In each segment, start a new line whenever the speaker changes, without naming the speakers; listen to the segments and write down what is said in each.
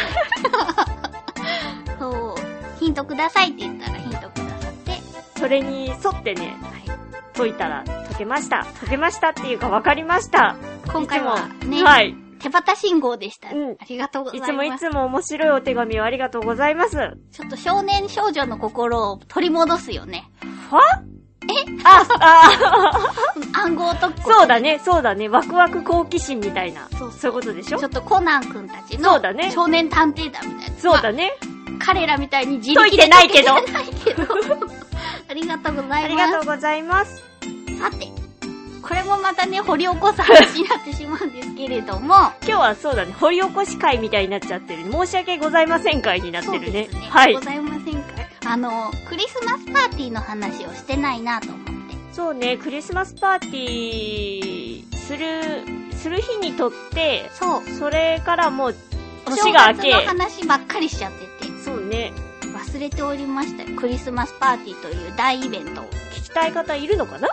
そう、ヒントくださいって言ったらヒントくださって、
それに沿ってね、
はい。
解いたら解けました。解けましたっていうか分かりました。
今回はね、
いつもはい。
手旗信号でした、
うん
ありがとうござい
い
ます。
つもいつも面白いお手紙をありがとうござい ます。 は
ちょっと少年少女の心を取り戻すよね。
あ、あ、
暗号を解くことで
そうだ。ね、そうだね、ワクワク好奇心みたいな。
そう
そういうことでし
ち
ょ
ょっとコナン君たち
そう
の
だね
少年探偵団みたいな。
そうだね。
まあ彼らみたいに自
解
力
い
で
てないけど。
解け てないけどありがとうござ
あ
い
りがと
ま
うございます。
す。さて、これもまたね、掘り起こす話になってしまうんですけれども、
今日はそうだね、掘り起こし会みたいになっちゃってる。申し訳ございません会になっ
そ
て
うで
る
す
ね。
ね。
はい
ご。ざいませんかあの、クリスマスパーティーの話をしてないなと思って。
そうね、クリスマスパーティーする、する日にとって、
そう。
それからもう
お正
年が
月
明け
の、話ばっかりしちゃってて。
そうね、
忘れておりましたよクリスマスパーティーという大イベントを
聞きたい方いるのかな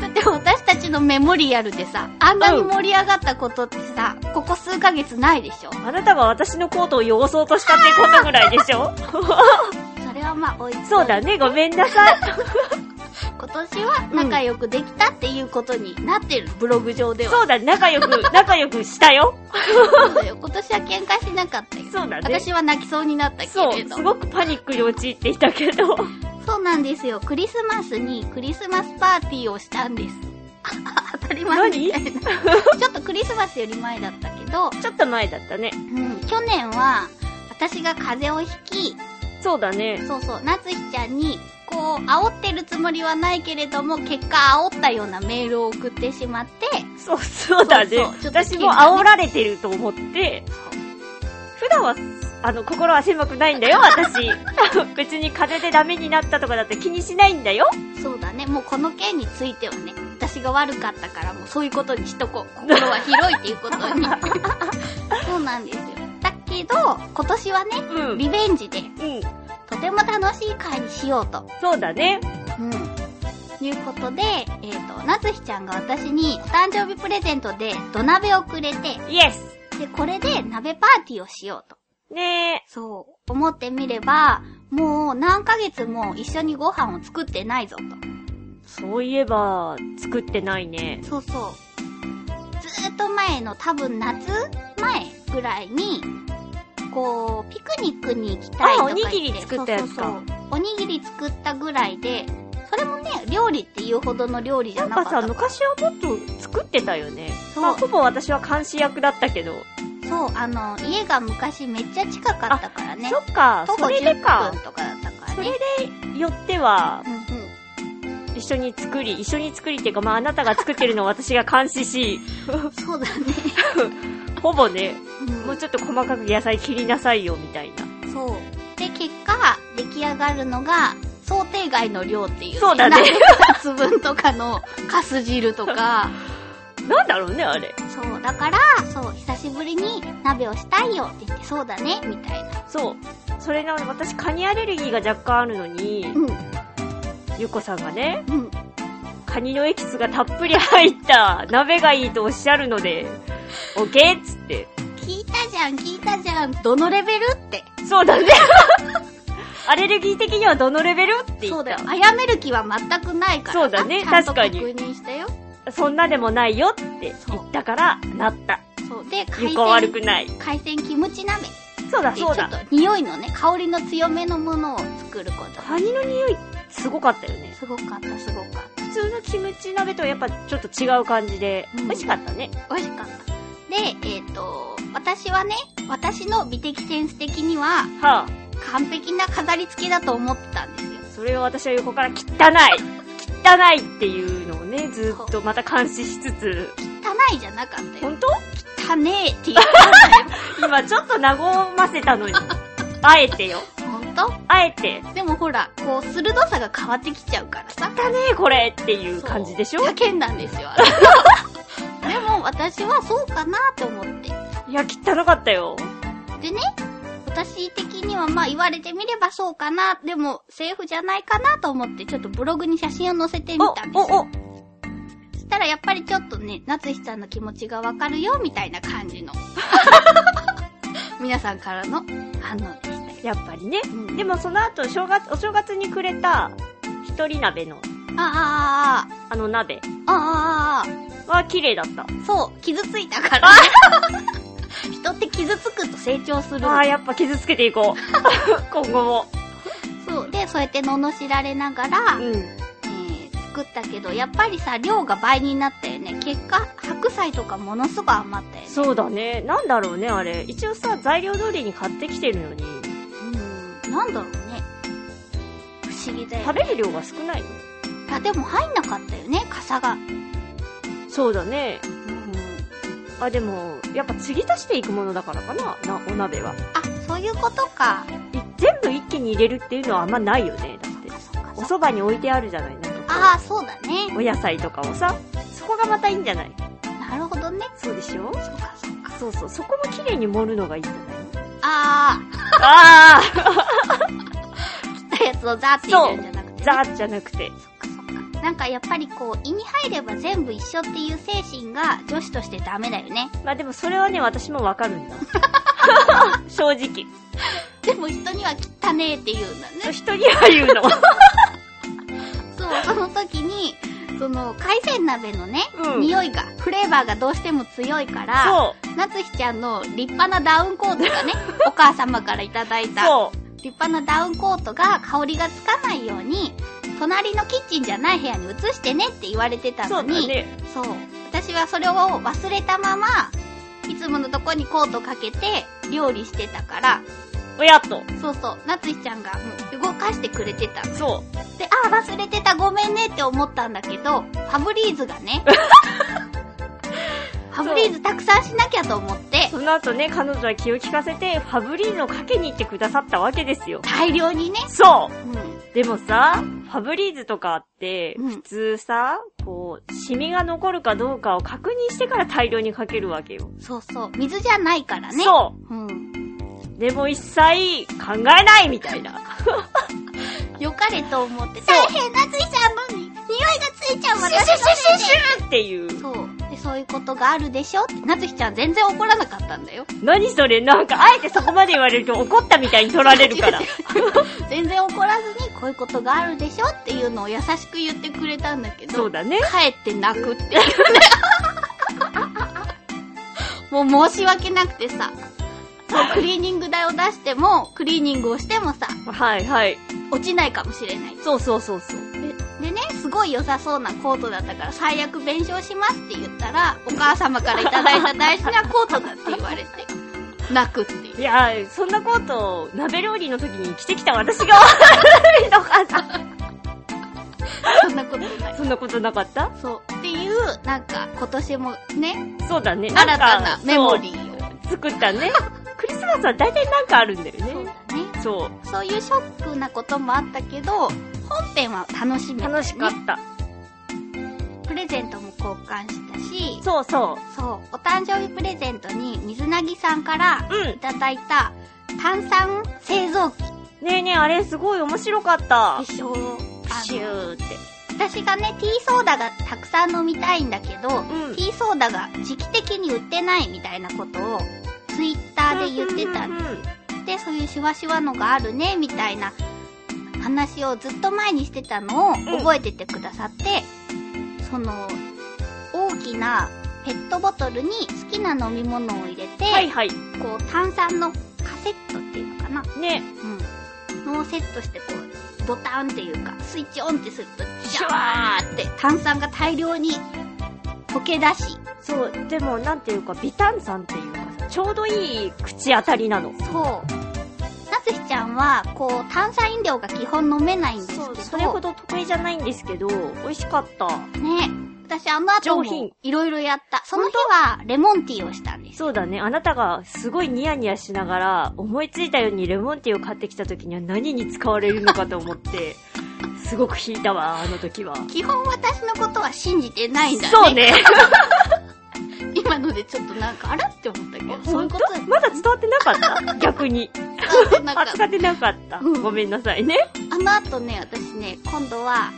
だって私たちのメモリアルでさあんなに盛り上がったことってさ、ここ数ヶ月ないでしょ
あなたは私のコートを汚そうとしたってことぐらいでし ょ
それはまあおいといて
そうだね、ごめんなさい。
今年は仲良くできたっていうことになってる、ブログ上では
そうだね、仲良く、仲良くしたよ。
そうだよ今年は喧嘩しなかったよ
そうだね。
私は泣きそうになった
そ
けれ
う、
ど
すごくパニックに陥っていたけど。
そうなんですよクリスマスにクリスマスパーティーをしたんです 当たり前みたいなちょっとクリスマスより前だったけど、
ちょっと前だったね。
うん、去年は私が風邪をひき
そうだね。
そうそう、夏日ちゃんに、こう、煽ってるつもりはないけれども、結果煽ったようなメールを送ってしまって、
そう、そうだね。
そうそうちょっと
私も煽られてると思って、普段は、あの、心は狭くないんだ よ、私。別に風邪でダメになったとかだって気にしないんだよ。
そうだね、もうこの件についてはね、私が悪かったから、もうそういうことにしとこう。心は広いっていうことに。そうなんですよ。だけど、今年はね、
うん。
リベンジで、
うん。
とても楽しい会にしようと。
そうだね。
うん。いうことで、えっ、と、なつひちゃんが私にお誕生日プレゼントで土鍋をくれて、
イエス
で、これで鍋パーティーをしようと。
ね
そう、思ってみれば、もう何ヶ月も一緒にご飯を作ってないぞと。
え、そういえば、作ってないね。
そうそう。ずーっと前の多分夏前ぐらいに、こう、ピクニックに行きたいとか言って。
あおにぎり作ったやつか
そうそうそうおにぎり作ったぐらいで、それもね、料理っていうほどの料理じ
な
ゃ
ん
な
か
かっ
さ、
た。
昔はもっと作ってたよね。
そう
まあ、ほぼ私は監視役だったけど。
そう、あの、家が昔めっちゃ近かったからね
そ。っか、
徒歩
それで
10
か
分。とかだったから
そ
ね
れ。で、よっては、
うんうん。
一緒に作り、一緒に作りっていうか、まあ、あなたが作ってるのを私が監視し、
そうだ ね。
ほぼね、
うん
もうちょっと細かく野菜切りなさいよ、みたいな。
そう。で、結果、出来上がるのが、想定外の量っていう。
そうだね。
2つ分とかの、かす汁と か。
なんだろうね、あれ。
そう。だから、そう、久しぶりに鍋をしたいよって言って、そうだね、みたいな。
そう。それが、私、カニアレルギーが若干あるのに、
うん、
ゆこさんがね、
うん。
カニのエキスがたっぷり入った鍋がいいとおっしゃるので、オッケーっつって。
聞いたじゃん、聞いたじゃん、どのレベルって。
そうだね。 アレルギー的にはどのレベルって言
そう
っ
だ
た
よ。あやめる気は全くないからな。
そうだね
ちゃんと
確かに
確認したよ。
そんなでもないよって
そう
言ったから、なった。
そう。で、
ゆ
海
こは悪く
鮮、
ない。
海鮮キムチ鍋って、
そうだ、
ち
そ
ょ
う
っ
だ
と。匂いのね、香りの強めのものを作ること。
カニの匂い、すごかったよね。
すごかった、すごかった。
普通のキムチ鍋とはやっぱちょっと違う感じで、
うん
美味しかったね。
美味しかった。で、えっ、と、私はね、私の美的センス的には、
はあ、
完璧な飾り付けだと思ってたんですよ。
それを私は横から汚い汚いっていうのをね、ずっとまた監視しつつ、
汚いじゃなかったよ。
本当
汚ねえって言っ
今ちょっと和ませ たのに。あえて よ。
た。ほんと
あえて、
でもほら、こう、鋭さが変わってきちゃうからさ。
汚ねえこれっていう感じでしょ
そう叫んだんです よ、あれでも、私はそうかなと思って。
いや、汚かったよ。
でね、私的にはまあ言われてみればそうかな、でも、セーフじゃないかなと思って、ちょっとブログに写真を載せてみ
お
たんですよ。
お、お、
したらやっぱりちょっとね、夏日ちゃんの気持ちがわかるよ、みたいな感 じの。皆さんからの反応でしたよ。
やっぱりね。
うん
で、もその後、正月、お正月にくれた、一人鍋の、
ああ
あの鍋
ああああーあ
は綺麗だった。
ーそう、傷ついたから、人って傷つくと成長する。
ああ、やっぱ傷つけてい こう。今後も。
そう。で、そうやって罵られながら、
うん。
えー作ったけど、やっぱりさ、量が倍になったよね。結果、白菜とかものすごい余ったよね。
そうだね。なんだろうね、あれ。一応さ、材料通りに買ってきてるのに、
うん。なんだろうね。不思議だよ
食。べる量が少ないの。
あ、でも入んなかったよね、傘が。
そうだね。
うん
あ、でも、やっぱ継ぎ足していくものだからかな、なお鍋は。
あ、そういうことか。
い全部一気に入れるっていうのはあんまないよね、だって
あ。そっか
お
そっか
蕎麦に置いてあるじゃない、なんかこう
ああ、そうだね。
お野菜とかをさ、そこがまたいいんじゃない
なるほどね。
そうでしょ
そっかそっか。
そうそう、そこも綺麗に盛るのがいいんじゃない
ああ、
あ
切ったやつをザーって入れるんじゃなくて、
あ
ね。
ザーじゃなくて。
そっかそっか。なんかやっぱりこう、胃に入れば全部一緒っていう精神が女子としてダメだよね。
まあでもそれはね、私もわかるんだ。 正直。
でも人には汚ねえって言うんだね。
人には言う の。
そう、その時に、その、海鮮鍋のね、
うん
匂いが、フレーバーがどうしても強いから、
そ、
なつひちゃんの立派なダウンコート がね、お母様からいただいうた。
そう。
立派なダウンコートが香りがつかないように、隣のキッチンじゃない部屋に移してねって言われてた
そ
の
うだ
に、
ね。
そう,、私はそれを忘れたまま、いつものとこにコートかけて料理してたから、
おやっと。
そうそう、なつひちゃんがもう動かしてくれてたの。
そ
で、ああ、忘れてた、ごめんねって思ったんだけど、ファブリーズが ね、ファブリーズたくさんしなきゃと思って
う。、その後ね、彼女は気を利かせて、ファブリーズをかけに行ってくださったわけですよ。
大量にね、
そう
うん、
でもさ、ファブリーズとかって、
うん
普通さ、こう、シミが残るかどうかを確認してから大量にかけるわけよ。
そうそう、水じゃないからね。。
そう
うん。
うでも一切考えないみたいな。
よかれと思って、
そう
大変なついちゃんのに、いがついちゃう
シュ
私
シ
の
ュシュ
せい
シ
で
ュシュっていう。
そうでそういうことがあるでしょってなつひちゃん全然怒らなかったんだよ
何それなんか、あえてそこまで言われると怒ったみたいに取られるから。
全然怒らずにこういうことがあるでしょっていうのを優しく言ってくれたんだけ
そ
ど
うだね。
帰って泣くって いうねもう申し訳なくてさそうクリーニング代を出してもクリーニングをしてもさ
はいはい。
落ちないかもしれない
そうそうそうそう。
でね、すごい良さそうなコートだったから、最悪弁償しますって言ったら、お母様からいただいた大事なコートだって言われて、泣くっていう。
いやー、そんなコート、鍋料理の時に着てきた私 が悪いのかな。
そんなことない。
そんなことなかった
そう。っていう、なんか、今年もね、
そうだね。
新た
ん
な
か
メモリーを。
そう作った ね。クリスマスは大体なんかあるんだよ
そう
ね。
だね。
そう。
そういうショックなこともあったけど、本編は楽しめた、ね。
楽しかった。
プレゼントも交換したし、
そうそ
そう、お誕生日プレゼントに水なぎさんから
う。う
いただいた炭酸製造機
ん。ねえねえ、あれすごい面白かった
で。しょ
プ
あ
シ
の
ューって。
私がね、ティーソーダがたくさん飲みたいんだけど、
うん
ティーソーダが時期的に売ってないみたいなことを、ツイッターで言ってた
うんんうんうん
で、そういうシュワシュワのがあるね、みたいな話をずっと前にしてたのを覚えててくださって、その、大きなペットボトルに好きな飲み物を入れて、
はいはい。
こう炭酸のカセットっていうのかな、
ね、
うん、のをセットしてこうボタンっていうかスイッチオンってするとシ
シ
ャ
ュ
ワーって炭酸が大量に溶け出し
そう、でもなんていうか、微炭酸っていうかさ、ちょうどいい口当たりなの。
そうなつひちゃんはこう炭酸飲料が基本飲めないんですけど
そう、それほど得意じゃないんですけど、美味しかった。
ね私あの後
上品
もいろいろやったその日はレモンティーをしたんです
そうだね、あなたがすごいニヤニヤしながら、思いついたようにレモンティーを買ってきた時には何に使われるのかと思って、 すごく引いたわ、あの時は。
基本私のことは信じてないんだね
そう ね。
今のでちょっとなんかあらって思ったけどそういうこ
本当まだ伝わってなかった逆に。
とはなん か
扱ってなかった。
うん
ごめんなさいね。
あの後ね、私ね、今度は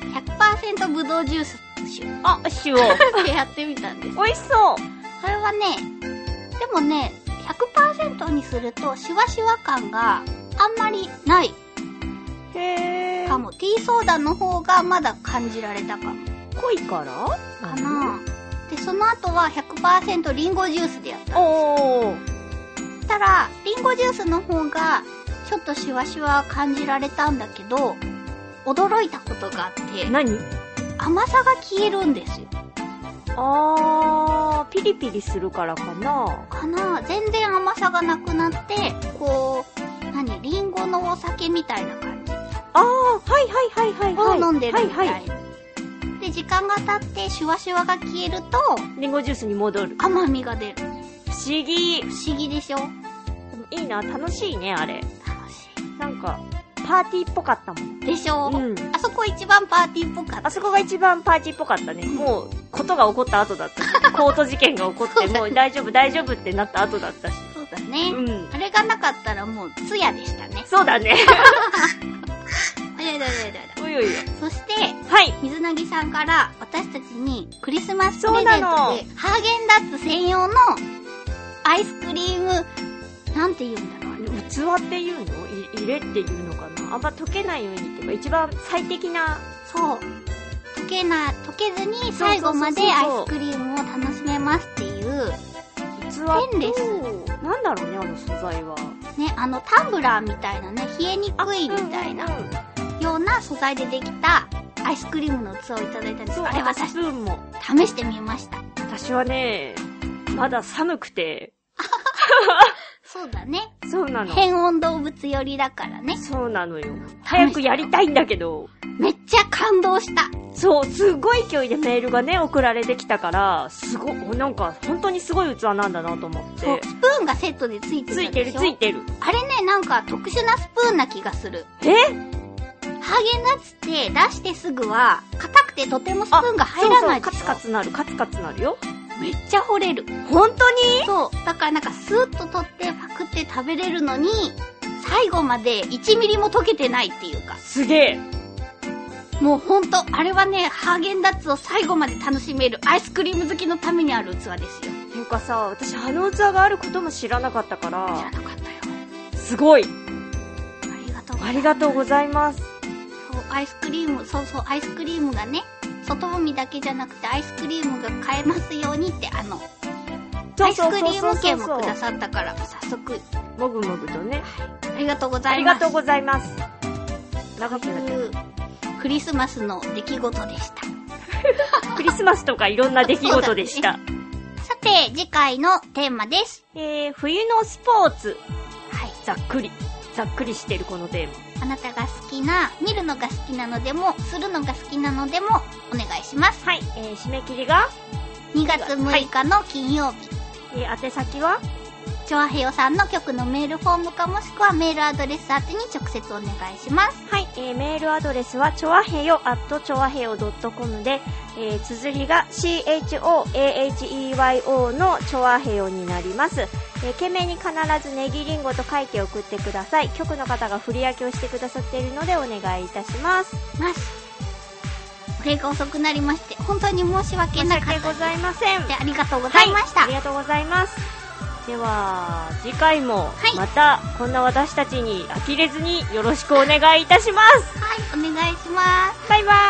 100%ブドウジュースしよう
あ、塩。
ってやってみたんです。
美味しそう。
それはね、でもね、100%にするとシュワシュワ感があんまりない
へ
かも。ティーソーダの方がまだ感じられたかも。
濃いから
かなで、その後は100%リンゴジュースでやった。
おー。
そしたら、リンゴジュースの方がちょっとシュワシュワ感じられたんだけど、驚いたことがあって、
何
甘さが消えるんですよ。
あー、ピリピリするからかな。
かな全然甘さがなくなってこう何リンゴのお酒みたいな感じ
あー、はいはいはいはい、はい。
を飲んでるみたいな、
はいは
で時間が経ってシュワシュワが消えると
い。リンゴジュースに戻る。
甘みが出る
不思議。
不思議でしょ楽
いいな、楽しいね、あれ。
し
なんか、パーティーっぽかったもん。
いでしょ、
うん。
あそこ一番パーティーっぽかった
あそこが一番パーティーっぽかったね。もう、ことが起こった後だ った。コート事件が起こって、もう大丈夫大丈夫ってなった後だったし。
そうだね、
うん。
あれがなかったらもうツヤでしたね
そうだね。
あれだれだれだ
おいおいおい
そして
はい。
水なぎさんから私たちにクリスマスプ
そう
レゼ
な
ントで
の
ハーゲンダッツ専用のアイスクリームなんて言うんだろうあれ
器っていうのい入れっていうのかなあんま溶けないようにっていうか、一番最適な。
そう溶けな溶けずに最後まで
そうそうそうそう
アイスクリームを楽しめますっていう
器
ペンです
と、なんだろうね、あの素材は。
ねあのタンブラーみたいなね冷えにくいみたいな
うんうんうん
ような素材でできたアイスクリームの器をいただいたんです
そう、
あ
あ
れ
れ
私
スプーンも。
試してみました
私はね、まだ寒くて、
そうだね
そうなの。
変温動物寄りだからね
そうなのよ。早くやりたいんだけど、
めっちゃ感動した
そう、すごい勢いでメールがね、送られてきたから、すご、なんか、本当にすごい器なんだなと思っ
そう
て。
スプーンがセットでついてる
ついてるついてる。
あれねなんか特殊なスプーンな気がする
え
ハーゲンダッツって出してすぐは硬くてとてもスプーンが入らないでしょ
そうそう、カツカツなる、カツカツなるよ。
めっちゃ掘れる
本当に
そうだからなんかスーッと取ってパクって食べれるのに最後まで1ミリも溶けてないっていうか
すげえ。
もうほんと、あれはね、ハーゲンダッツを最後まで楽しめるアイスクリーム好きのためにある器ですよ。
ていうかさ、私、あの器があることも知らなかったか
知ら
ら、
なかったよ。
すごい
ありがとうございます。
ありがとうございます。
そう、アイスクリーム、そうそう、アイスクリームがね、外海だけじゃなくてアイスクリームが買えますようにって、あの、ア
そう
イス
そう
ク
そ
リ
う
ー
そう
ム券
そ
も
う
くださったから、早速、
もぐもぐとね。
ありがとうござ
あ
い
り
ま
が
す。
とうございます。長くなっ
と
て
いうクリスマスの出来事でした。
クリスマスとかいろんな出来事でした。
さて、次回のテーマです。
えー、冬のスポーツ。
はい。
ざっくり。ざっくりしてるこのテーマ。
あなたが好きな、見るのが好きなのでも、するのが好きなのでも、お願いします。
はい、えー、締め切りが、
2月6日の金曜日、
えー、宛先は、
チョアヘヨさんの局のメールフォームかもしくはメールアドレス宛てに直接お願いします。
はい、えー、メールアドレスは、ちょわへよ、アットちょわへよ .com で、えー、綴りが CHOAHEYO のちょわへよになります。えー、懸命に必ずネギリンゴと書いて送ってください。局の方が振り分けをしてくださっているのでお願いいたします。
ます。これが遅くなりまして、本当に申し訳
申し
なかっ
訳ございません。
た。でありがとうございました。
はい、ありがとうございますでは次回も
い
またこんな私たちに呆れずによろしくお願いいたします
はい、お願いします。
バイバーイ